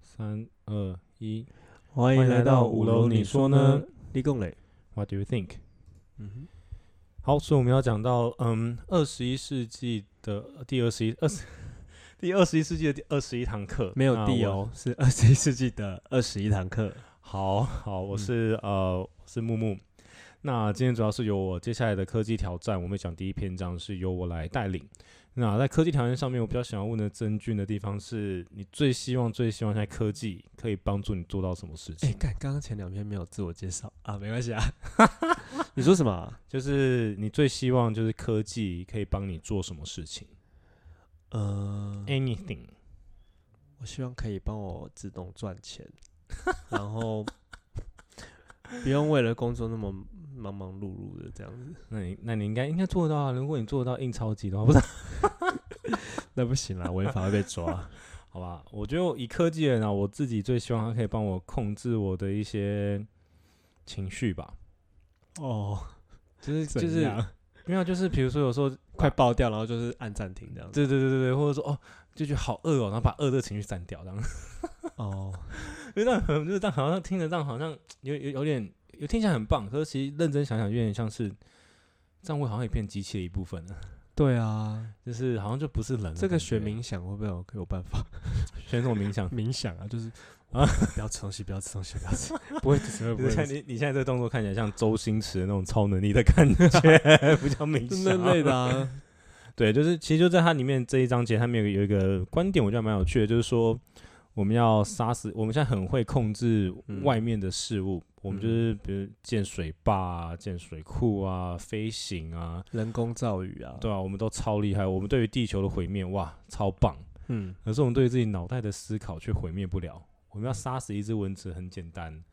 三二一欢迎来到五楼你说呢？立贡磊， ，What do you think？嗯好，所以我们要讲到，嗯，二十一世纪的第二十一二十 第二十一世纪的第二十一堂课，没有那地我哦，是二十一世纪的二十一堂课。好好，我是、呃，我是木木。那今天主要是由我接下来的科技挑战，我们讲第一篇章是由我来带领。那在科技挑战上面，我比较想要问的真菌的地方是，你最希望最希望现在科技可以帮助你做到什么事哎、情？看刚刚前两篇没有自我介绍啊，没关系啊。 你说什么啊？就是你最希望就是科技可以帮你做什么事情嗯、 ？Anything？我希望可以帮我自动赚 钱，然后不用为了工作那么忙忙碌碌的这样子。那你那你应该应该做得到啊！如果你做得到印钞机的话，不是？ 那不行啦，违法会被抓。好吧，我觉得我以科技人啊，我自己最希望他可以帮我控制我的一些情绪吧。 哦，就是就就是是没有，啊就是比如说有时候，快爆掉，然后就是按暂停这样子。对对对对对，或者说哦，就觉得好饿哦，然后把饿的情绪删掉，这样， 哦，因为让很就是让好像听着让好像有有有点有听起来很棒，可是其实认真想想有点像是这样，会好像也变机器的一部分了，对啊， 就是好像就不是人了。这个感觉学冥想会不会有有办法？？选什么冥想冥想啊，就是啊啊， 不要吃东西，不要吃东西，不 要吃，不会只会不你现在会你你现在这个动作看起来像周星驰的那种超能力的感觉， 不叫冥真想，的累的啊。对，就是其实就在它里面这一章节，它里面有一个有一个观点，我觉得蛮有趣的，就是说我们要杀死，我们现在很会控制嗯外面的事物，我们就是比如建水坝啊、建水库啊、飞行啊，人工造雨啊，对，啊，我们都超厉害，我们对于地球的毁灭哇超棒，嗯，可是我们对于自己脑袋的思考却毁灭不了。我们要杀死一只蚊子很简单，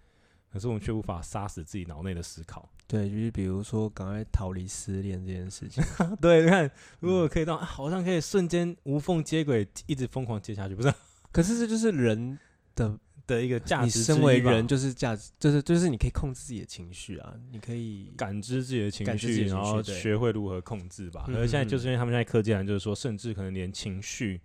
可是我们却无法杀死自己脑内的思考。对，就是比如说赶快逃离失恋这件 事情， 对，你看，如果可以到，啊好像可以瞬间无缝接轨，一直疯狂接下去，不是？ 可是这就是人的，的一个价你值之一吧。身为人就是价值，就是就是你可以控制自己的情绪啊，你可以感知自己的情感知自己绪，的情然绪后对学会如何控制吧。嗯而现在嗯就是因为他们现在科技人就是说，甚至可能连情绪，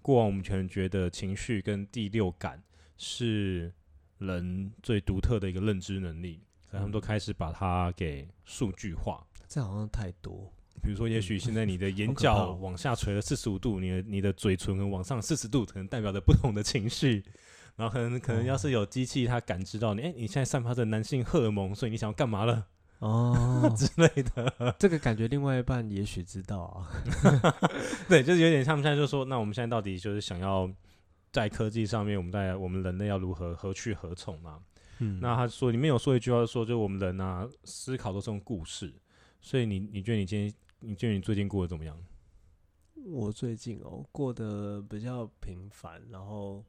过往我们可能觉得情绪跟第六感是人最独特的一个认知能力，可他们都开始把它给数据化。这好像太多，比如说，也许现在你的眼好可怕角哦往下垂了四十五度，你的你的嘴唇可能往上四十度，可能代表着不同的情绪。然后可能哦可能要是有机器，它感知到你，哎、你现在散发着男性荷尔蒙，所以你想要干嘛了 哦，之类的。这个感觉另外一半也许知道啊， 对，就是有点像他们现在就说，那我们现在到底就是想要在科技上面，我们在我们人类要如何何去何从嘛、嗯，那他说里面有说一句话说，就是我们人啊，思考都是用故事。所以你你觉得你今天，你觉得你最近过得怎么样？我最近哦过得比较平凡，然后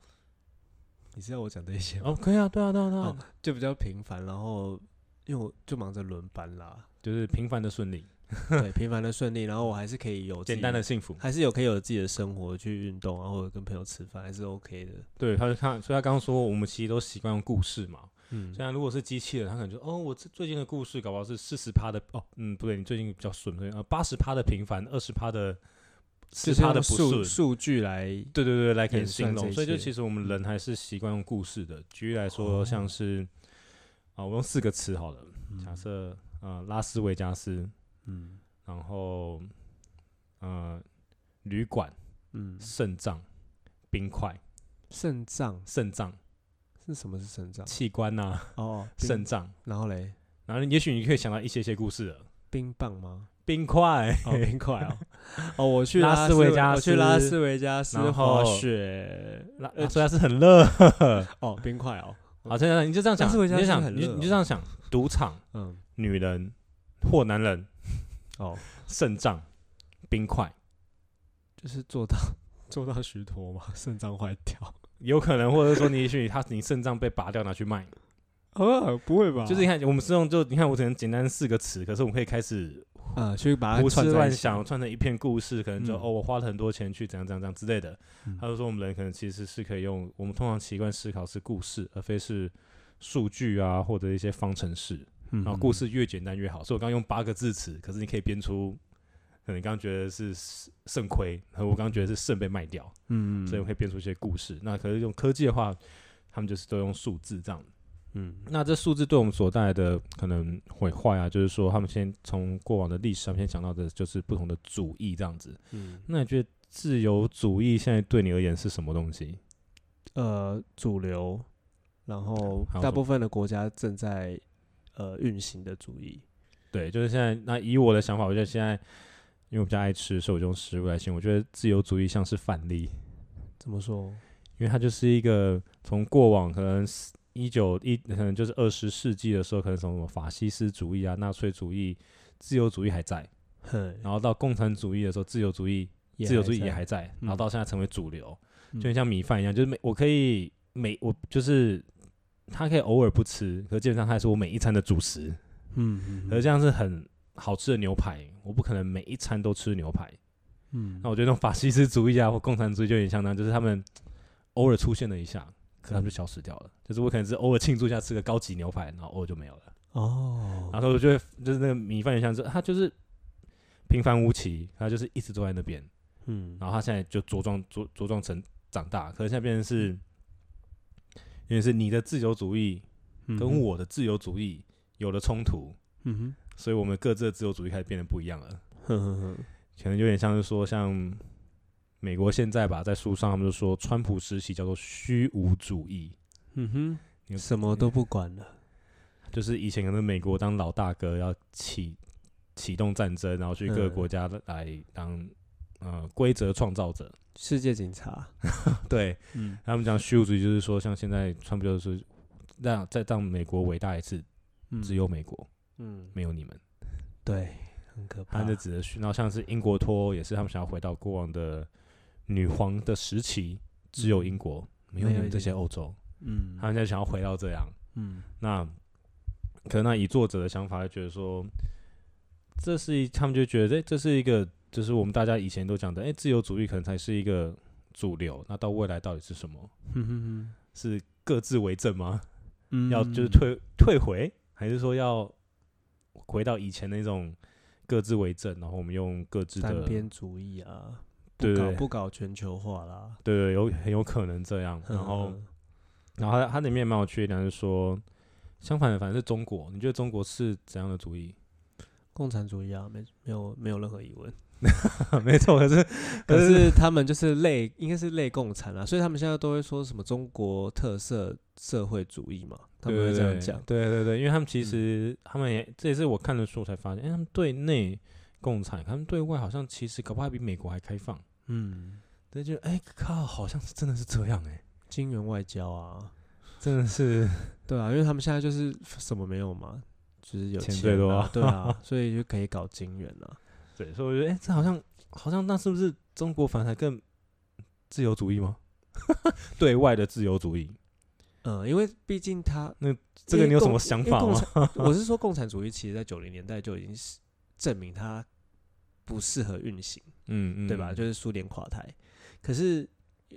你知道我讲这些吗？哦，可以啊，对啊，对啊，对啊，就比较频繁，然后因为我就忙着轮班 啦，就是平凡的顺利，对，频繁的顺利，然后我还是可以有自己简单的，幸福。还是有可以有自己的生活去运动啊，或者跟朋友吃饭，还是 OK 的。对，他就看，所以他刚刚说，我们其实都习惯用故事嘛。嗯虽然如果是机器人，他可能就哦，我这最近的故事搞不好是四十趴的哦，嗯，不对，你最近比较顺，所以呃八十趴的平凡，二十趴的就四是趴用的不数顺，数据来，对对对，来可以演算形容。这所以就些其实我们人还是习惯用故事的。举例来说，哦像是啊、我用四个词好了，嗯假设呃拉斯维加斯，嗯然后呃旅馆、嗯，肾脏、冰块、肾脏肾脏、是什么是肾脏？器官呐、哦，冰肾，脏，然后嘞，然后也许你可以想到一些些故事了。冰棒 吗？冰 块，哦，冰块 哦，哦，我去拉斯维加我去拉斯斯维加斯然滑后雪，那虽然是很 热，哦，冰块 哦，好，这样你就这样想，拉斯维你加就斯想，很你就热哦你就这样想，赌场、嗯，女人或男人、哦，肾脏、冰块，就是做到做到虚脱嘛，肾脏坏 掉。有可能，或者说你也许他你肾脏被拔掉拿去卖，啊，不会吧就是你看我们是用就你看我只能简单四个词，可是我们可以开始啊，去把它胡思串在乱一起想，，串成一片故事，可能就嗯哦我花了很多钱去怎样怎样怎样之类的。嗯他就说我们人可能其实是可以用我们通常习惯思考是故事，而非是数据啊或者一些方程式。嗯然后故事越简单越好。所以我刚刚用八个字词，可是你可以编出，可能你刚刚觉得是肾肾亏，和我刚刚觉得是肾被卖掉，嗯，嗯所以我可以编出一些故事。那可是用科技的话，他们就是都用数字这样。嗯那这数字对我们所带来的可能毁坏啊，就是说他们先从过往的历史上先讲到的，就是不同的主义这样子。嗯，那你觉得自由主义现在对你而言是什么东西？呃，主流，然后还有大什部分的国家正在呃运行的主义，对，就是现在。那以我的想法，我觉得现在因为我比较爱吃，所以我就用食物来形容。我觉得自由主义像是反例，怎么说？因为它就是一个从过往可能一九一可能就是二十世纪的时候，可能什么法西斯主义啊、纳粹主义、自由主义还在，哼，然后到共产主义的时候，自由主义啊也自由主义在也还在，然后到现在成为主流，嗯就很像米饭一样，就是每我可以每我就是它可以偶尔不吃，可基本上它是我每一餐的主食。嗯，可是这样是很好吃的牛排，我不可能每一餐都吃牛排。嗯，那我觉得那种法西斯主义啊或共产主义就有点相当，就是他们偶尔出现了一下，可他们就消失掉了。就是我可能是偶尔庆祝一下吃个高级牛排，然后偶尔就没有了。哦，然后我就会就是那个米饭也像是他就是平凡无奇，他就是一直坐在那边。嗯，然后他现在就茁壮茁茁壮成长大，可是现在变成是，因为是你的自由主义嗯跟哼，我的自由主义有了冲突， 嗯所以我们各自的自由主义开始变得不一样了，哼，哼嗯哼哼，可能有点像是说像美国现在吧，在书上他们就说川普时期叫做虚无主义，嗯你哼，什么都不管了，就是以前可能美国当老大哥要启启动战争，然后去各个嗯国家来当呃规则创造者，世界警察，对，嗯他们讲虚无主义，就是说像现在川普就是让再让美国伟大一次，嗯，只有美国嗯，没有你们，对，很可他怕，就指的虚。然后像是英国脱欧也是他们想要回到过往的女皇的时期，只有英国没有你没有们你这些欧洲，嗯，他们现在想要回到这样。嗯那可能那以作者的想法，就觉得说这是一，他们就觉得诶这是一个，就是我们大家以前都讲的，哎、自由主义可能才是一个主流。那到未来到底是什么？哼哼是各自为政吗？哼，要就是嗯嗯，退退回，还是说要回到以前那种各自为政，然后我们用各自的单边主义啊，对不搞对不搞全球化啦，嗯对对，有很有可能这样。哼然后，哼然后它它里面蛮有趣的一点是说，相反的，反正是中国，你觉得中国是怎样的主义？共产主义啊，没没有没有任何疑 问。没 错，可是可是他们就是类，应该是类共产啊，所以他们现在都会说什么中国特色社会主义嘛，他们会这样讲。对对对，因为他们其实、他们也这也是我看的书才发现，哎，他们对内共产，他们对外好像其实搞不好还比美国还开放。嗯，对，就哎靠，好像是真的是这样哎、金元外交啊，真的是。对啊，因为他们现在就是什么没有嘛，就是有钱钱、啊、最多对啊， 所以就可以搞金元啊。 对，所以我觉得，哎、这好像好像那是不是中国反而更自由主义吗？ 对外的自由主义，嗯，因为毕竟他这个因为你有什共么想因为法共吗？产我是说，共产主义其实在九零年代就已经是证明它不适合运行。嗯嗯，对吧？就是苏联垮台，可是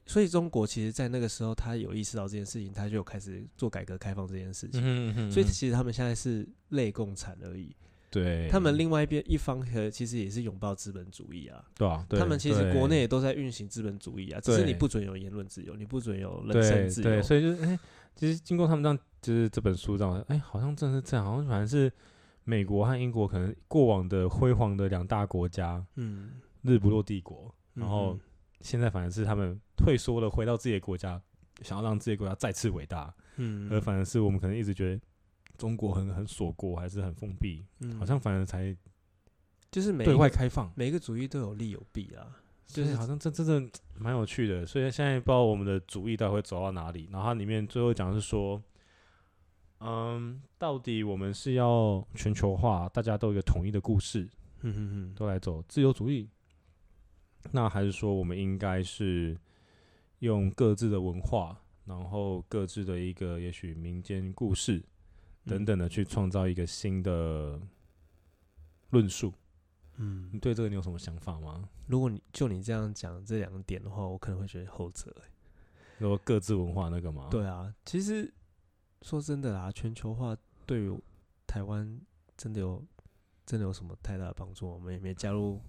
所以中国其实，在那个时候，他有意识到这件事情，他就有开始做改革开放这件事情。嗯哼嗯哼所以嗯哼其实他们现在是类共产而已，对他们另外一边一方和其实也是拥抱资本主义啊。对啊，对他们其实对国内也都在运行资本主义啊，只是对你不准有言论自由，你不准有人身对自对，由。所以就是哎、其实经过他们这样，就是这本书这样，哎、好像真的是这样，好像反正是美国和英国可能过往的辉煌的两大国家，嗯，日不落帝国，然后嗯现在反而是他们退缩了，回到自己的国家，想要让自己的国家再次伟大。嗯，而反而是我们可能一直觉得中国很很锁国，还是很封闭，嗯好像反而才就是每一对个外开放，每个主义都有利有弊啊。就就是是好像这真的蛮有趣的。所以现在不知道我们的主意到底会走到哪里。然后它里面最后讲的是说，嗯，到底我们是要全球化，大家都有一个统一的故事，嗯嗯都来走自由主义，那还是说我们应该是用各自的文化，然后各自的一个也许民间故事等等的去创造一个新的论述？嗯你，对这个你有什么想法吗？如果你就你这样讲这两点的话，我可能会觉得后者、欸。如果各自文化那个吗？，对啊，其实说真的啦，全球化对于 台湾真的有真的有什么太大的帮助吗？我们也没加入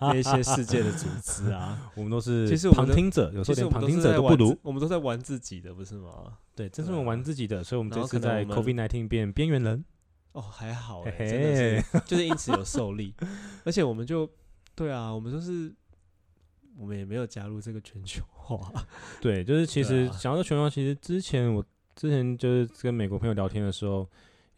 那一些世界的组织啊。我们都是其实我们旁都听者， 有时候其实连我们旁都是听在者都不玩如自。我们都在玩自己的，不是吗？对，这对是我们玩啊自己的，所以我们然这后次可能在我们 COVID 1 9变边缘人。哦，还好、嘿欸，嘿真的是，就是因此有受力，而且我们就，对啊，我们就是，我们也没有加入这个全球化，对，就是其对实啊想到全球，其实之前我之前就是跟美国朋友聊天的时候，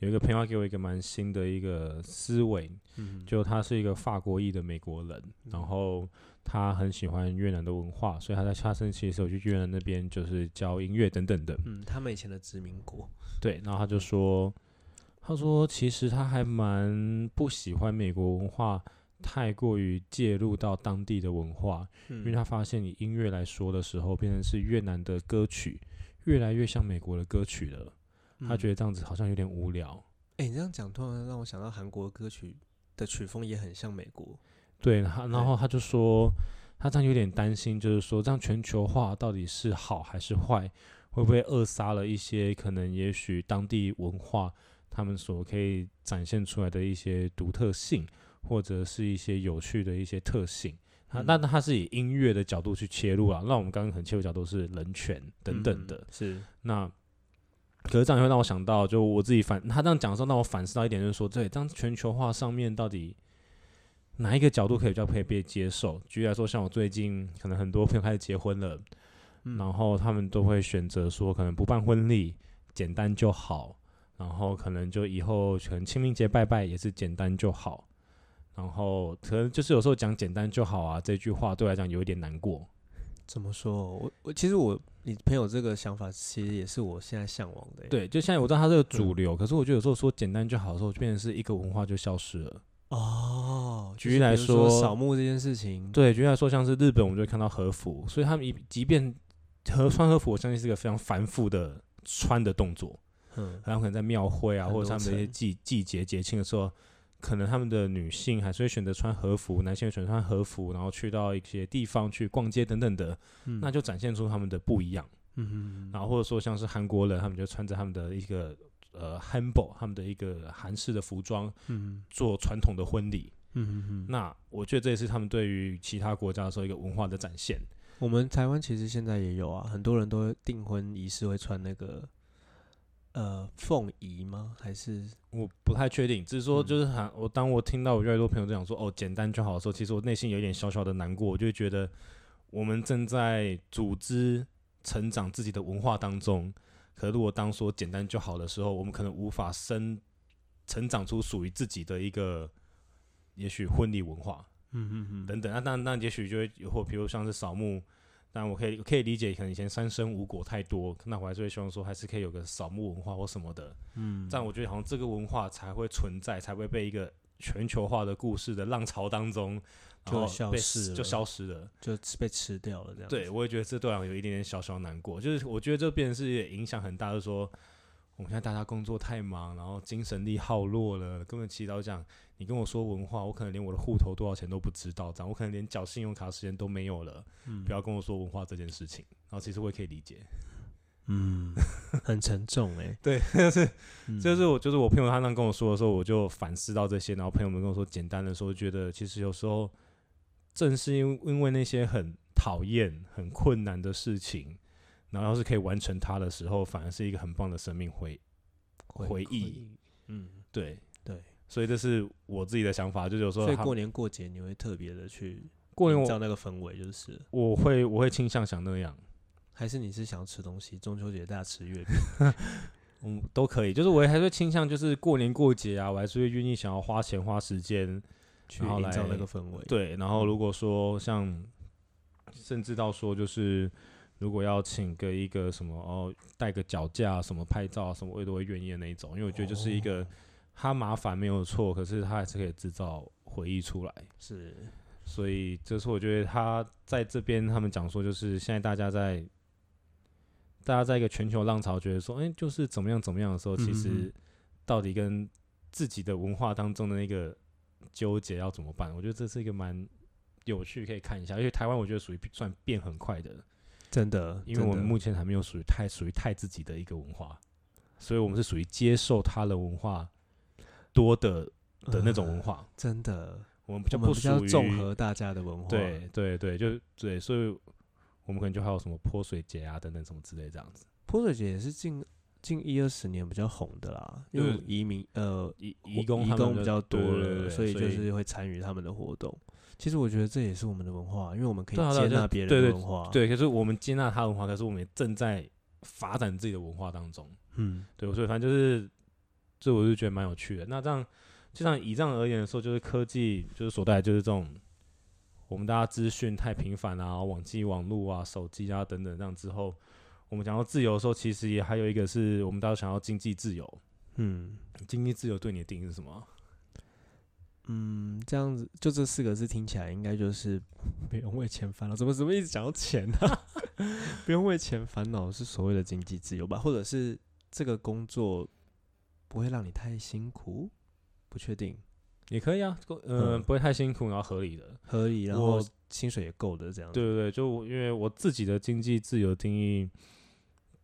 有一个朋友给我一个蛮新的一个思维，嗯，就他是一个法国裔的美国人，然嗯后他很喜欢越南的文化，所以他在下升期的时候去越南那边就是教音乐等等的。嗯，他们以前的殖民国，对，然后他就说，他说其实他还蛮不喜欢美国文化太过于介入到当地的文化，嗯因为他发现以音乐来说的时候，变成是越南的歌曲越来越像美国的歌曲了。他觉得，得这样子好像有点无聊。哎、你这样讲，突然让我想到韩国歌曲的曲风也很像美国，对，他然对后他就说，他这样有点担心，就是说这样全球化到底是好还是坏，会不会扼杀了一些可能也许当地文化他们所可以展现出来的一些独特性，或者是一些有趣的一些特性。他嗯那他是以音乐的角度去切入啊，那我们刚刚可能切入角度是人权等等嗯的，是，那可是这样也会让我想到，就我自己反他这样讲的时候，让我反思到一点，就是说，对，当全球化上面到底哪一个角度可以比较可以被接受？举例来说，像我最近可能很多朋友开始结婚了，嗯然后他们都会选择说，可能不办婚礼，简单就好。然后可能就以后可能清明节拜拜也是简单就好。然后可能就是有时候讲简单就好啊，这句话对我来讲有一点难过。怎么说？我我其实我你朋友这个想法，其实也是我现在向往的、欸。对，就现在我知道它是个嗯主流，可是我觉得有时候说简单就好的时候，就变成是一个文化就消失了。哦，举就是例来比如说说扫墓这件事情，对，举例来说，像是日本，我们就会看到和服，所以他们一即便和穿和服，我相信是个非常繁复的穿的动作，嗯，然后可能在庙会啊，很或多者是他们的一些层季季节节庆的时候，可能他们的女性还是会选择穿和服，男性会选择穿和服，然后去到一些地方去逛街等等的，嗯那就展现出他们的不一样。嗯嗯嗯然后或者说像是韩国人，他们就穿着他们的一个呃 hanbok，他们的一个韩式的服装，嗯做传统的婚礼。嗯嗯嗯，那我觉得这也是他们对于其他国家的时候一个文化的展现。我们台湾其实现在也有啊，很多人都会订婚仪式会穿那个呃凤仪吗？还是我不太确定，只是说嗯就是很，我当我听到我越来越多朋友这样说哦简单就好的时候，其实我内心有一点小小的难过，我就会觉得我们正在组织成长自己的文化当中。可是如果当说简单就好的时候，我们可能无法生成长出属于自己的一个，也许婚礼文化。嗯嗯等等。那那那也许就会有或比如像是扫墓，但我可以可以理解，可能以前三生五果太多，那我还是会希望说还是可以有个扫墓文化或什么的。嗯这样我觉得好像这个文化才会存在，才会被一个全球化的故事的浪潮当中然就后消被失就了消失了。就吃被吃掉了这样。对，，我也觉得这对我来讲有一点点小小难过，就是我觉得这变成是也影响很大，就是说我们现在大家工作太忙，然后精神力耗落了，根本其实老实讲，你跟我说文化，我可能连我的户头多少钱都不知道，这样我可能连缴信用卡时间都没有了，嗯不要跟我说文化这件事情。然后其实我也可以理解，嗯，很沉重哎、 对，嗯就是我就是我朋友他那样跟我说的时候，我就反思到这些，然后朋友们跟我说简单的时候，觉得其实有时候正是因为因为那些很讨厌、很困难的事情，然后要是可以完成它的时候，反而是一个很棒的生命回回忆。，嗯，对对，所以这是我自己的想法，就是有时候所以他过年过节你会特别的去过年营造我那个氛围，就是了我会我会倾向想那样，还是你是想要吃东西，中秋节大家吃月饼，嗯，都可以，就是我还是会倾向就是过年过节啊，我还是会愿意想要花钱花时间，去然后营造来那个氛围。，对，然后如果说像，甚至到说就是，如果要请个一个什么哦，带个脚架啊什么拍照啊什么，我也都会愿意的那一种，因为我觉得就是一个、它麻烦没有错，可是它还是可以制造回忆出来。是，所以就是我觉得他在这边他们讲说，就是现在大家在大家在一个全球浪潮，觉得说，哎、就是怎么样怎么样的时候，其嗯嗯实嗯到底跟自己的文化当中的那个纠结要怎么办？我觉得这是一个蛮有趣，可以看一下。而且台湾我觉得属于算变很快的，真的，因为我们真的目前还没有属于太属于太自己的一个文化，所以我们是属于接受他人文化多的的那种文化。真的，我们比较呃我不们比较属于综合大家的文化，对对对，就对，所以我们可能就还有什么泼水节啊等等什么之类这样子。泼水节也是近近一二十年比较红的啦，因为对移民呃移移移工移他们工就比较多对对对了，对所以所就是会参与他们的活动。其实我觉得这也是我们的文化，因为我们可以对啊对啊接纳就别对人的对文化。，对，可是我们接纳他的文化，可是我们也正在发展自己的文化当中。嗯，对，所以反正就是，这我就觉得蛮有趣的。那这样，就像以这样而言的时候，就是科技就是所带来就是这种，我们大家资讯太频繁啊，网际网络啊、手机啊等等，这样之后，我们讲到自由的时候，其实也还有一个是我们大家想要经济自由。嗯经济自由对你的定义是什么啊？嗯，这样子就这四个字听起来应该就是不用为钱烦恼。怎么怎么一直讲到钱呢、啊？ 不用为钱烦恼是所谓的经济自由吧，或者是这个工作不会让你太辛苦？不确定，也可以啊，呃、嗯嗯，不会嗯太辛苦，然后合理的。合理，然我后薪水也够的这样子。对对对，就我因为我自己的经济自由定义，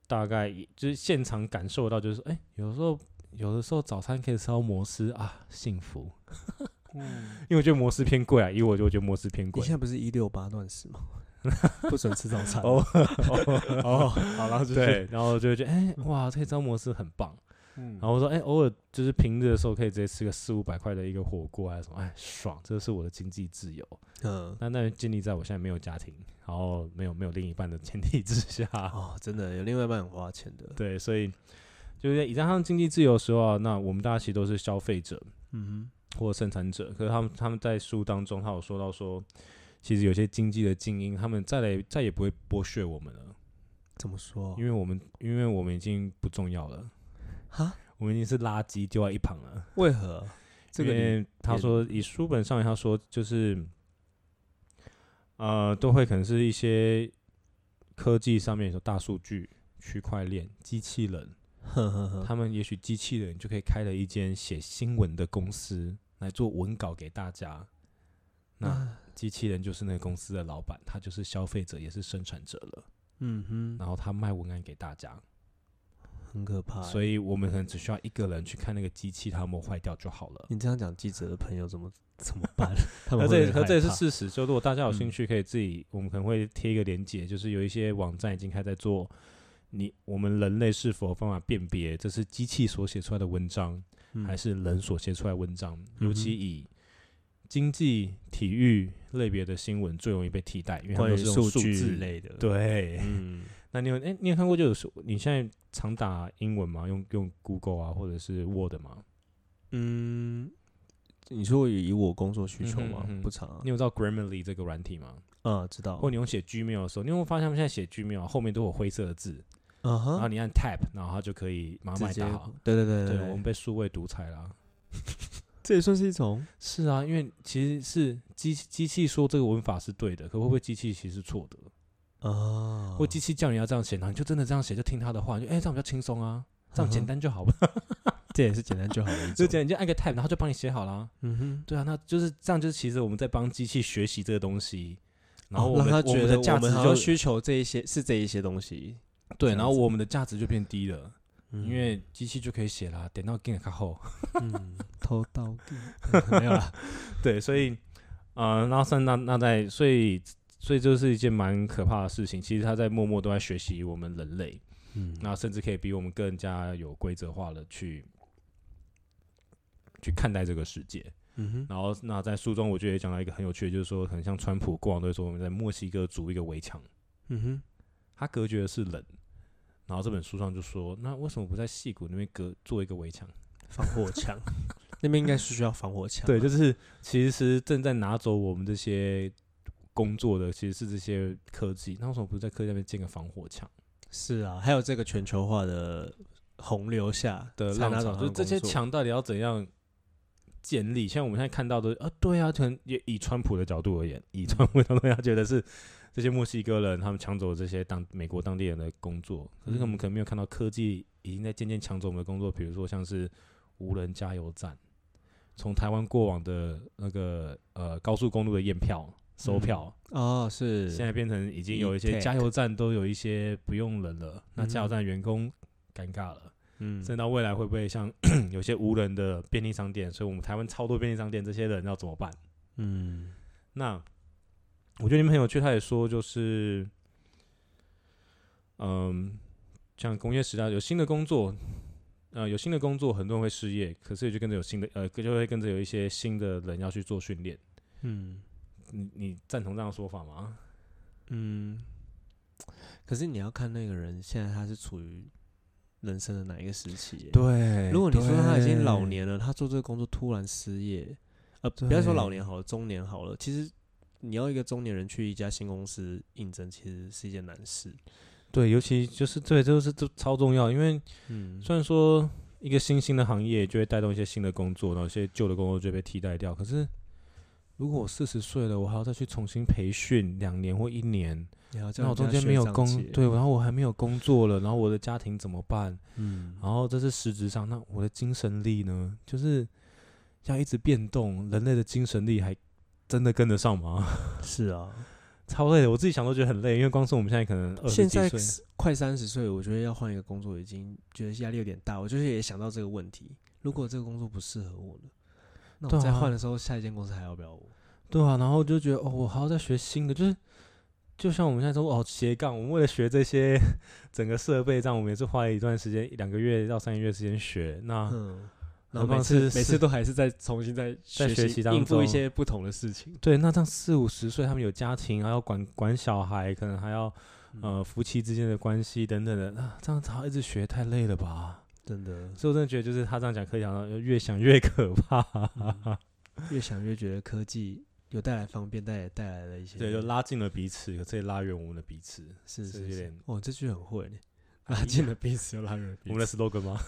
大概也就是现场感受到，就是哎、有时候有的时候早餐可以吃到摩斯啊，幸福。嗯，因为我觉得摩斯偏贵啊，以我就我觉得摩斯偏你贵 现。在不是一六八断食吗？不准吃早餐哦哦，好， 然后就是对，然后就会觉得哎、哇，这招摩斯很棒。嗯然后我说哎、偶尔就是平日的时候可以直接吃个四五百块的一个火锅还是什么，哎，爽，这是我的经济自由。嗯，那那建立在我现在没有家庭，然后没有没有另一半的前提之下。哦，真的有另外一半很花钱的，对，所以就是以上他们经济自由的时候啊，那我们大家其实都是消费者嗯或生产者。可是他们他们在书当中，他有说到说，其实有些经济的精英，他们再来再也不会剥削我们了，哼，怎么说因？为我们因为我们已经不重要了，哈，我们已经是垃圾丢在一旁了。为何这个因理为他也说以书本上他说就是，呃，都会可能是一些科技上面有大数据、区块链、机器人。呵呵呵，他们也许机器人就可以开了一间写新闻的公司来做文稿给大家。那啊机器人就是那个公司的老板，他就是消费者，也是生产者了。嗯哼，然后他卖文案给大家，很可怕欸。所以我们可能只需要一个人去看那个机器它有没有坏掉就好了。你这样讲，记者的朋友怎么怎么 办？他们而会这不可会这也是害怕事实，就如果大家有兴嗯趣，可以自己，我们可能会贴一个链接，就是有一些网站已经开始在做你我们人类是否有办法辨别这是机器所写出来的文章，嗯还是人所写出来的文章，尤其嗯以经济、体育类别的新闻最容易被替代，因为它关们都于是用数数据字。类的，，对，嗯，那你有哎、你有看过就有数？你现在常打英文吗？用用 Google 啊，或者是 Word 吗？嗯，你说以我工作需求嗯哼吗嗯？哼不长啊你，有知道 Grammarly 这个软体吗？嗯，知道或。你用写 Gmail 的时候，你有没有发现他们现在写 Gmail 啊后面都有灰色的字，嗯然后哼，你按 Tab，然后它就可以马上帮直你接打好。，对对对对，对我们被数位独裁啦。这也算是一种是啊，因为其实是机机器说这个文法是对的，可会不会机器其实是错的？嗯啊，或机器叫你要这样写，然后你就真的这样写，就听他的话，你就哎、这样比较轻松啊，这嗯样简单就好了。这也是简单就好了一种，就这样你就按个 Tab，然后就帮你写好啦。嗯哼，对啊，那就是这样，就是其实我们在帮机器学习这个东西，然后我们、哦让他我觉们得的价我值们好像就需求这一些是这一些东西，对，这样然后子我们的价值就变低了，嗯因为机器就可以写啦，点到 get 卡后。嗯偷盗地没有啦， 对，所以呃，那三那那在，所以所以这是一件蛮可怕的事情。其实他在默默都在学习我们人类， 嗯那甚至可以比我们更加有规则化的去去看待这个世界。嗯哼，然后那在书中，我觉得也讲到一个很有趣的，就是说，很像川普过往都会说我们在墨西哥筑一个围墙，嗯哼，它隔绝的是人。然后这本书上就说，那为什么不在戏谷那边隔做一个围墙？防火 墙那边应该是需要防火墙，对，就是其实正在拿走我们这些工作的，其实是这些科技。那为什么不在科技那边建个防火墙是啊，还有这个全球化的洪流下的才浪拿潮？走就是这些强，墙到底要怎样建立？像我们现在看到的，啊，对啊，可能也以川普的角度而言，嗯以川普的角度，他觉得是这些墨西哥人他们抢走这些当美国当地人的工作。可是我们嗯可能没有看到科技已经在渐渐抢走我们的工作，比如说像是无人加油站。从台湾过往的那个呃高速公路的验票、收嗯票，哦，是现在变成已经有一 E-tech 些加油站都有一些不用人了，那加油站员工尴尬了。嗯甚至到未来会 不会像有些无人的便利商店？所以我们台湾超多便利商店，这些人要怎么办？嗯那我觉得你们很有趣，他也说就是，嗯，像工业时代有新的工作，呃，有新的工作，很多人会失业，可是也就跟着有新的，呃，就会跟着有一些新的人要去做训练。嗯你你赞同这样的说法吗？嗯。可是你要看那个人现在他是处于人生的哪一个时期耶？对如果你说他已经老，年了，他做这个工作突然失业，呃，不要说老对年好了，中年好了，其实你要一个中年人去一家新公司应征，其实是一件难事。对，尤其就是对，这就是这超重要，因为嗯，虽然说一个新兴的行业就会带动一些新的工作，然后一些旧的工作就被替代掉。可是，如果我四十岁了，我还要再去重新培训两年或一年，你要叫那我人中家间没有学长工姐，对，然后我还没有工作了，然后我的家庭怎么办？嗯，然后这是实质上，那我的精神力呢？就是要一直变动，人类的精神力还真的跟得上吗？ 是啊，超累的，我自己想都觉得很累，因为光是我们现在可能二十现在几岁，是快三十岁，我觉得要换一个工作已经觉得压力有点大。我就是也想到这个问题，如果这个工作不适合我了，那对啊我再换的时候，下一间公司还要不要我？对啊，然后就觉得哦，我还要再学新的，就是就像我们现在说哦斜杠，我们为了学这些整个设备，这样我们也是花了一段时间，一两个月到三个月时间学。那、嗯，啊何然后每况次是是每次都还是在重新在在学习当应付一中些不同的事情。对，那这样四五十岁，他们有家庭，还要管管小孩，可能还要嗯呃夫妻之间的关系等等的，那、这样他一直学太累了吧？真的所以我真的觉得，就是他这样讲课讲到越想越可怕， 嗯越想越觉得科技有带来方便，但也带来了一些 对，就拉近了彼此，可是也拉远我们的彼此。是是是有是点，哦，这句很会呢，哎拉近了彼此又拉远了 我彼们的此， slogan 吗？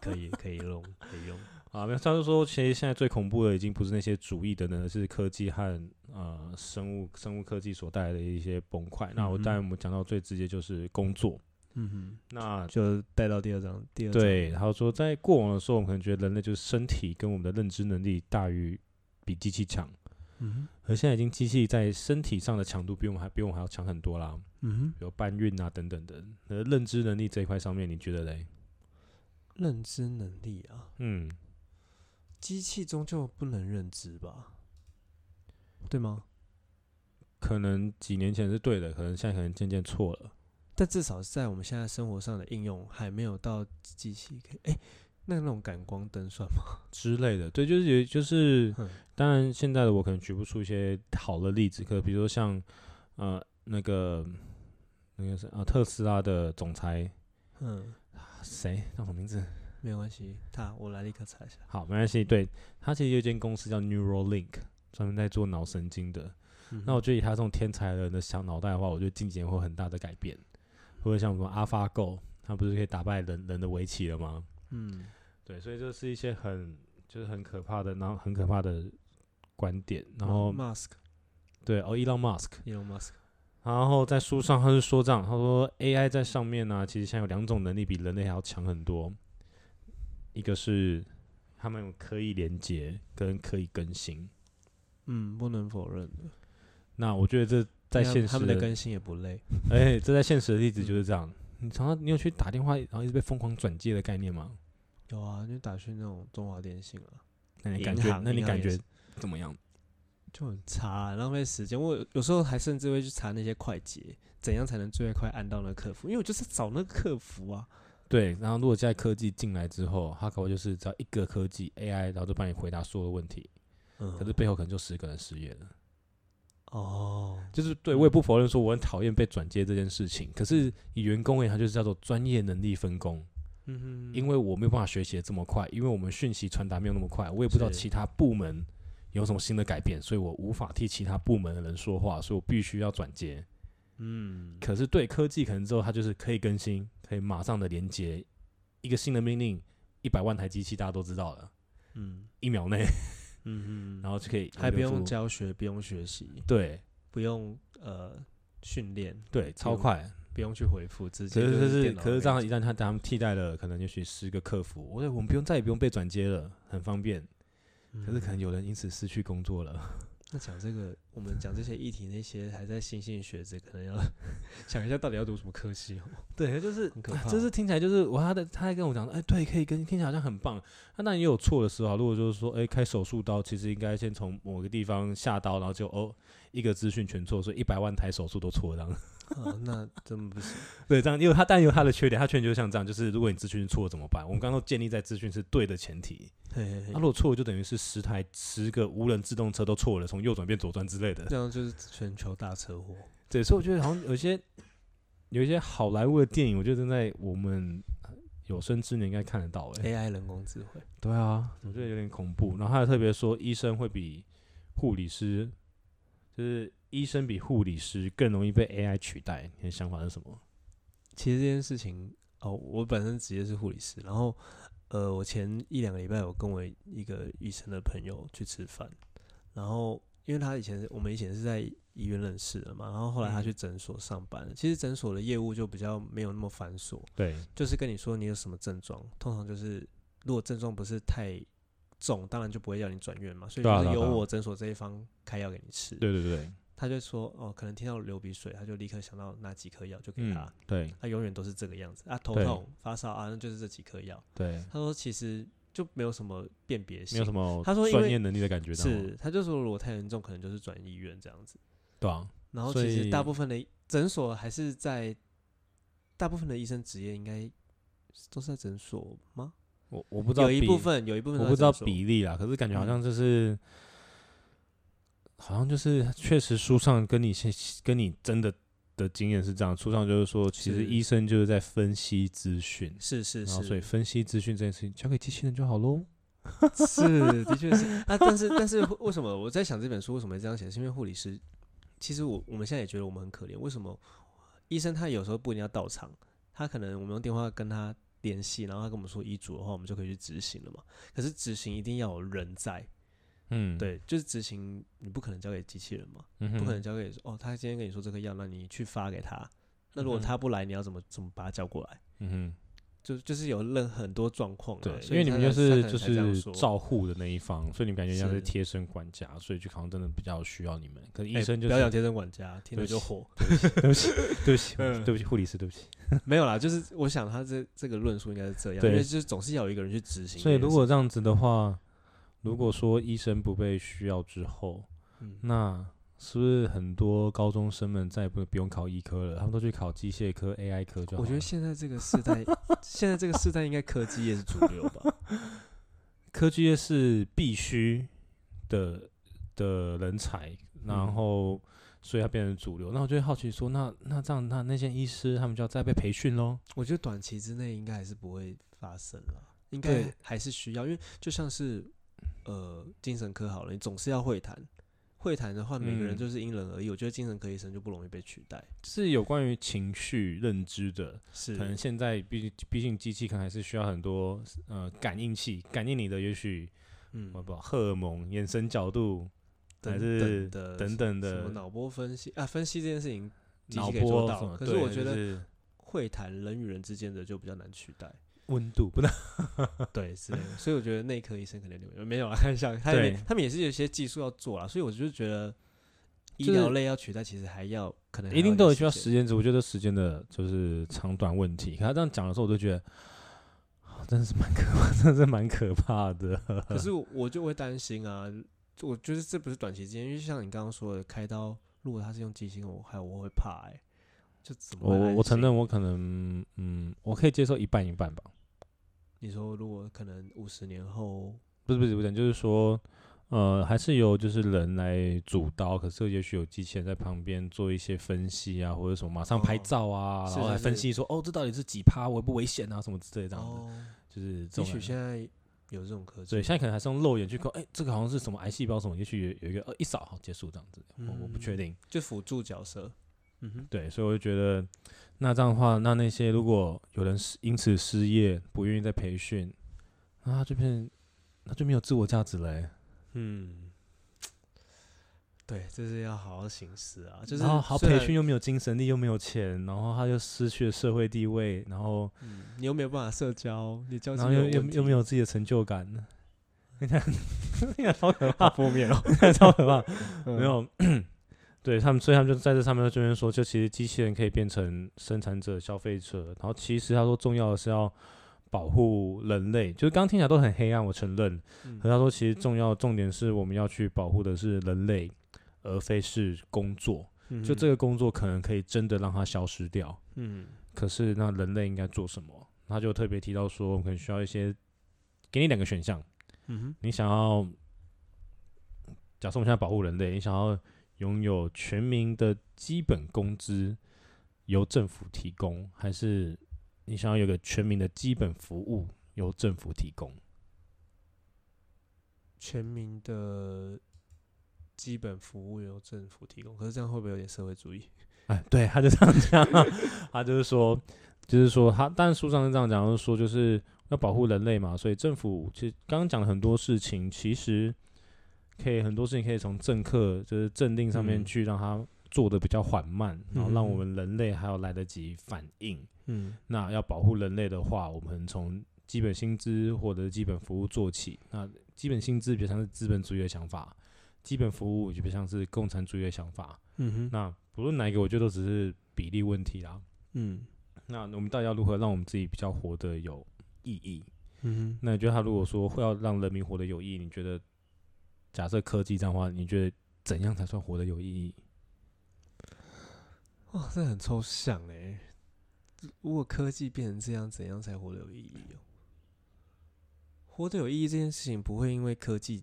可以可以用可以用，啊，没有，他就说，其实现在最恐怖的已经不是那些主义等等，而是科技和呃生物生物科技所带来的一些崩溃。那我嗯哼当然我们讲到最直接就是工作。 嗯哼，那就带到第二章，第二章对，他说在过往的时候，我们可能觉得人类就是身体跟我们的认知能力大于比机器强，嗯哼而现在已经机器在身体上的强度比我们还比我们还要强很多啦，嗯哼。比如搬运啊等等的。呃，认知能力这一块上面，你觉得嘞？认知能力啊，嗯，机器终究不能认知吧？对吗？可能几年前是对的，可能现在可能渐渐错了。但至少在我们现在生活上的应用，还没有到机器可以。哎、那那种感光灯算吗？之类的，对，就是也就是哼，当然，现在的我可能举不出一些好的例子，可比如说像呃那个那个是啊特斯拉的总裁嗯，谁叫什么名字？没有关系，他我来立刻查一下。好，没关系。对他其实有一间公司叫 Neuralink，专门在做脑神经的。嗯那我觉得以他这种天才人的小脑袋的话，我觉得近几年会有很大的改变，或者像什么 AlphaGo，它不是可以打败人人的围棋了吗？嗯对，所以这是一些很就是很可怕的，然后很可怕的观点，然后。 Musk 对哦，Elon Musk， Elon Musk，然后在书上他是说这样，他说 AI 在上面呢、其实现在有两种能力比人类还要强很多，一个是他们有可以连接跟可以更新。嗯，不能否认的，那我觉得这在因为现啊他实们的更嗯新也不累。哎，这在现实的例子就是这样。你常常你有去打电话，然后一直被疯狂转接的概念吗？有啊，你打去那种中华电信啊，那你银感觉行，那你银行感也觉是怎么样？就很差、浪费时间。我有有时候还甚至会去查那些快捷，怎样才能最快按到那个客服，因为我就是找那个客服啊。对，然后如果现在科技进来之后，它可能就是只要一个科技 AI，然后就帮你回答所有的问题，嗯可是背后可能就十个人失业了。哦，就是对我也不否认说我很讨厌被转接这件事情，可是以员工而言，它就是叫做专业能力分工，嗯哼，因为我没有办法学习的这么快，因为我们讯息传达没有那么快，我也不知道是其他部门有什么新的改变，所以我无法替其他部门的人说话，所以我必须要转接。嗯，可是对科技可能之后，它就是可以更新，可以马上的连接一个新的命令，一百万台机器大家都知道了，嗯一秒内，嗯然后就可以还不流用出教学，不用学习，对不用呃训练，对，超用快。不用去回复，直可接是就可电是脑可是这那样边一旦他他们替代了，可能也许十个客服，我嗯我们不用再也不用被转接了，很方便。可是可能有人因此失去工作了， 那讲这个，我们讲这些议题，那些还在新兴学者可能要想一下，到底要读什么科系哦， 对，就是啊很可怕。就是听起来就是我他的他在跟我讲说，哎、对，可以跟听起来好像很棒。那当然也有错的时候啊。如果就是说，哎、开手术刀其实应该先从某个地方下刀，然后就哦一个资讯全错，所以一百万台手术都错这样。 啊，那真不行。对，这样因为他但有他的缺点，他缺点就像这样，就是如果你资讯是错的怎么办？我们刚刚都建立在资讯是对的前提，嘿 嘿嘿啊那、如果错了就等于是十台十个无人自动车都错了，从右转变左转之类的。这样就是全球大车祸。对，所以我觉得好像有一些有一些好莱坞的电影，我觉得正在我们有生之年应该看得到、哎。 AI 人工智慧，对啊，我觉得有点恐怖。然后他还特别说，医生会比护理师，就是医生比护理师更容易被 AI 取代。你的想法是什么？其实这件事情哦，我本身职业是护理师，然后呃，我前一两个礼拜我跟我一个医生的朋友去吃饭，然后因为他以前是我们以前是在医院认识的嘛，然后后来他嗯去诊所上班，其实诊所的业务就比较没有那么繁琐，对，就是跟你说你有什么症状，通常就是如果症状不是太重，当然就不会要你转院嘛，所以对啊就是对啊由对啊我诊所这一方开药给你吃，对对对，他就说哦，可能听到流鼻水，他就立刻想到哪几颗药就给他，嗯，对他永远都是这个样子啊，头对痛、发烧啊，那就是这几颗药。对，他说其实就没有什么辨别性，没有什么他说因专为业能力的感觉到吗，是，他就说如果太严重，可能就是转医院这样子。对啊，然后所其以实大部分的诊所还是在，大部分的医生职业应该都是在诊所吗？我我不知道有一比部分，有一部分我都不知在道诊所比例啦，可是感觉好嗯像就是。好像就是确实书上跟你现跟你真的的经验是这样，书上就是说，其实是医生就是在分析资讯，是是然后是，所以分析资讯这件事情交给机器人就好喽。是，的确是啊。但 是，但是为什么我在想这本书为什么会这样写？是因为护理师，其实我我们现在也觉得我们很可怜。为什么医生他有时候不一定要到场，他可能我们用电话跟他联系，然后他跟我们说医嘱的话，我们就可以去执行了嘛。可是执行一定要有人在，嗯，，对，就是执行你不可能交给机器人嘛，嗯哼、不可能交给哦，他今天跟你说这个药，那你去发给他。那如果他不来，你要怎么怎么把他叫过来？嗯就就是有任很多状况哼，啊、对，所因为你以他们就才他是可能就才这样是说照护的那一方，所以你们感觉像是是贴身管家，所以就好像真的比较需要你们。可是医哎生就不要讲是贴身管家，听着对就不起火。 对不起，对不起，嗯对不起，护理师，对不起。没有啦，就是我想他这这个论述应该是这样，对因为就是总是要有一个人去执行这件事。所以如果这样子的话，如果说医生不被需要之后，嗯那是不是很多高中生们再也不不用考医科了，他们都去考机械科、AI 科就好了？我觉得现在 这个时代，现在这个时代应该科技业是主流吧？科技业是必须的的人才，然嗯后所以它变成主流。那我就会好奇说，那那这样，那那些医师他们就要再被培训喽？我觉得短期之内应该还是不会发生了，应对该还是需要，因为就像是呃精神科好了，你总是要会谈，会谈的话每个人嗯就是因人而异，我觉得精神科医生就不容易被取代，是有关于情绪认知的，是可能现在毕毕竟机器可能还是需要很多呃感应器，感应你的也许嗯我不知道荷尔蒙、眼神角度还是等的等等呃什的么脑波分析啊，分析这件事情机脑器可以做波到什么，可是对我觉就得是会谈人与人之间的就比较难取代。温度不能对，是的，所以我觉得内科医生可能有点没有啦，看一下，他也对没他们也是有些技术要做啦，所以我就觉得医就是疗类要取代，其实还要可能还 一定要都有点需要间时间值，我觉得时间的就是长短问题。可他这样讲的时候，我就觉得、啊真的是蛮可怕， 真的是蛮可怕的。可是我我就会担心啊，我觉得这不是短期之间，因为像你刚刚说的，开刀如果他是用机芯，我还我会怕哎、就怎么我会我安我承心，认，我可能嗯，我可以接受一半一半吧。你说如果可能五十年后，不是不是不是，就是说，呃，还是由就是人来主刀，可是也许有机器人在旁边做一些分析啊，或者什么，马上拍哦照啊，是然后是来分是析说，哦，这到底是几趴，危不危险啊，什么之类这样子，哦，就是这种也许感觉。现在有这种科技，对，现在可能还是用肉眼去看，哎、这个好像是什么癌细胞什么，也许有有一个呃一扫好结束这样子，我我不确嗯定。就辅助角色，嗯哼，对，所以我就觉得，那这样的话，那那些如果有人失因此失业，不愿意再培训，那他就变成，那就没有自我价值嘞、欸嗯，对，这是要好好行事啊，就是然后好虽培然训，又没有精神力，又没有钱，然后他又失去了社会地位，然后嗯你又没有办法社交，你交然际后没有又又问又没 题，有自己的成就感，那个超 可怕，好负 面哦，那个超可怕。嗯没，有，对他们，所以他们就在这上面就这边说，就其实机器人可以变成生产者、消费者，然后其实他说重要的是要保护人类，就是刚听起来都很黑暗，我承认，嗯可是他说其实重要重点是我们要去保护的是人类，而非是工作，嗯就这，个工作可能可以真的让它消失掉，嗯可是那人类应该做什么？他就特别提到说，我们可能需要一些，给你两个选项，嗯哼你想要，假设我们现在保护人类，你想要拥有全民的基本工资由政府提供，还是你想要有个全民的基本服务由政府提供？全民的基本服务由政府提供，可是这样会不会有点社会主义？哎，对，他就这样讲，他就是说，就是说他，但是书上是这样讲，就是说就是要保护人类嘛，所以政府其实刚刚讲了很多事情，其实可以很多事情可以从政客就是政令上面嗯去让它做的比较缓慢，然后让我嗯们人类还有来得及反应。嗯那要保护人类的话，我们从基本薪资或者是基本服务做起。那基本薪资比较像是资本主义的想法，基本服务就比较像是共产主义的想法。嗯哼，那不论哪一个，我觉得都只是比例问题啦。嗯那我们到底要如何让我们自己比较活得有意义？嗯哼，那你觉得他如果说会要让人民活得有意义，你觉得假设科技这样的话，你觉得怎样才算活得有意义？哇，这很抽象哎。如果科技变成这样，怎样才活得有意义哦？活得有意义这件事情不会因为科技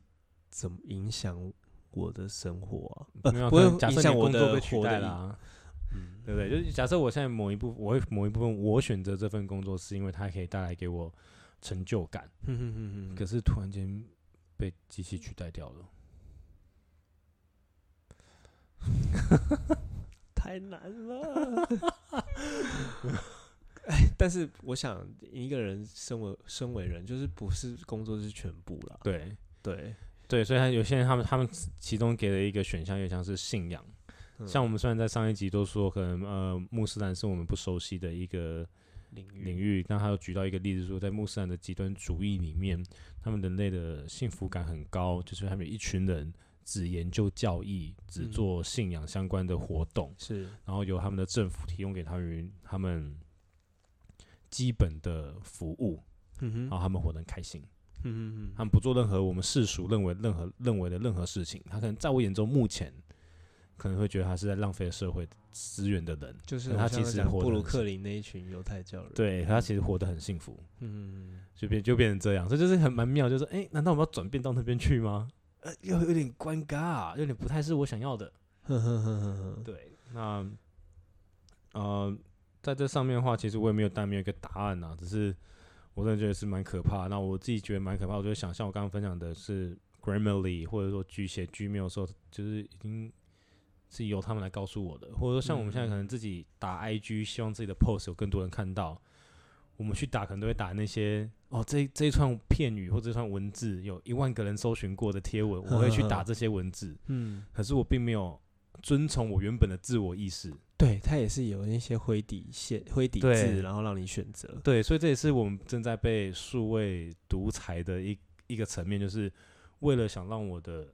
怎么影响我的生活啊？没有呃，不可会能假设影你响的我工作的被取活代的了意啊、义。嗯，对不对？就是假设我现在某一部，我会某一部分，我选择这份工作是因为它可以带来给我成就感，哼哼哼 哼可是突然间被机器取代掉了。太难了。 哎，但是我想，一个人身为身为人，就是不是工作是全部啦。对对，对，所以他有些人他们他们其中给了一个选项，也像是信仰。嗯像我们虽然在上一集都说，可能呃穆斯兰是我们不熟悉的一个领域领域，但他又举到一个例子说，在穆斯兰的极端主义里面，他们人类的幸福感很高，就是他们有一群人只研究教义，只嗯做信仰相关的活动，是然后由他们的政府提供给他们他们基本的服务，嗯然后他们活得很开心。嗯他们不做任何我们世俗认为任何认为的任何事情，他可能在我眼中目前可能会觉得他是在浪费社会资源的人，就是可我他像其实讲活得布鲁很克林那一群犹太教人，，对，可他其实活得很幸福，嗯，就变就变成这样，这就是很蛮妙，就是哎、诶难道我们要转变到那边去吗？呃，又有点尴尬，啊有点不太是我想要的。呵呵呵呵呵，对，那呃，在这上面的话，其实我也没有但没有一个答案呐、只是我真的觉得是蛮可怕。那我自己觉得蛮可怕，我就想像我刚刚分享的是 Grammarly 或者说巨写 Gmail 的时候，就是已经是由他们来告诉我的，或者说像我们现在可能自己打 IG，希望自己的 post 有更多人看到。我们去打，可能都会打那些哦，这这一串片语或这串文字有一万个人搜寻过的贴文，我会去打这些文字。嗯，可是我并没有遵从我原本的自我意识。对他也是有一些灰底线、灰底对字，然后让你选择，对，所以这也是我们正在被数位独裁的一一个层面，就是为了想让我的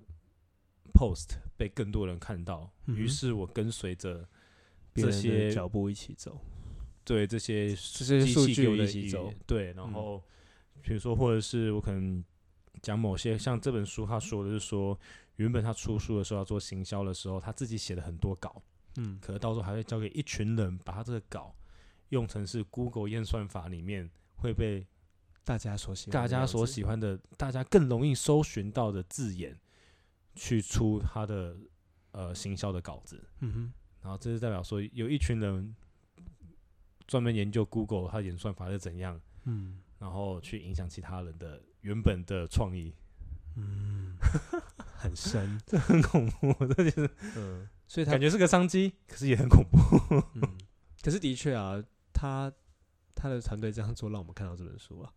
post 被更多人看到，嗯哼于是我跟随着别这人的些脚步一起走，对这些这些机数器据给我的一起语走言，对，然嗯后比如说，或者是我可能讲某些，像这本书他说的是说，原本他出书的时候要做行销的时候，他自己写了很多稿，嗯可能到时候还会交给一群人把他这个稿用成是 Google 验算法里面会被大家所喜欢的大样子，家所喜欢的、大家更容易搜寻到的字眼去出他的呃行销的稿子。嗯哼，然后这是代表说有一群人专门研究 Google 它演算法是怎样，嗯然后去影响其他人的原本的创意， 嗯，很深，这 很恐怖，这就是嗯， 所以他感觉是个商机，可是也很恐怖。嗯，可是的确啊，他他的团队这样做，让我们看到这本书啊。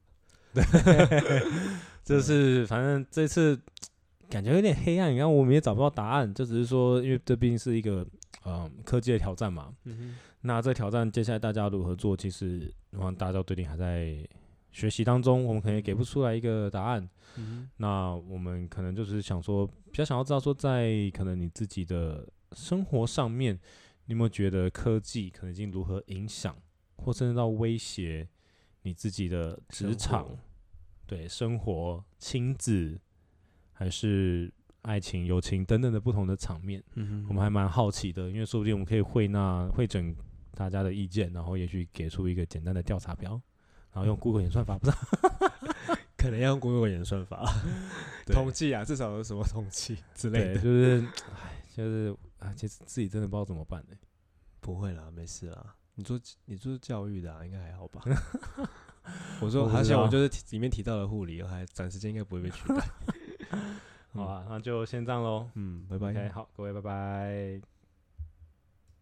这是反正这次感觉有点黑暗，然后我们也找不到答案，就只是说，因为这毕竟是一个呃科技的挑战嘛。嗯那这挑战接下来大家如何做，其实我想大家都一定还在学习当中，我们可能也给不出来一个答案。嗯那我们可能就是想说，比较想要知道说，在可能你自己的生活上面，你有没有觉得科技可能已经如何影响，或甚至到威胁你自己的职生场活、对生活、亲子，还是爱情、友情等等的不同的场面？嗯哼，我们还蛮好奇的，因为说不定我们可以汇纳、汇整大家的意见，然后也许给出一个简单的调查表，然后用 Google 演算法，不是？可能要用 Google 演算法 对统计啊，至少有什么统计之类对，的。就是，唉，就是啊，其实自己真的不知道怎么办呢、欸不会啦，没事啦。你做你做教育的、啊，应该还好 吧？我说，我不而知且我道就是提里面提到了护理，还短时间应该不会被取代。好啊，那就先这样喽。 嗯，拜拜。 OK，好，各位，拜拜。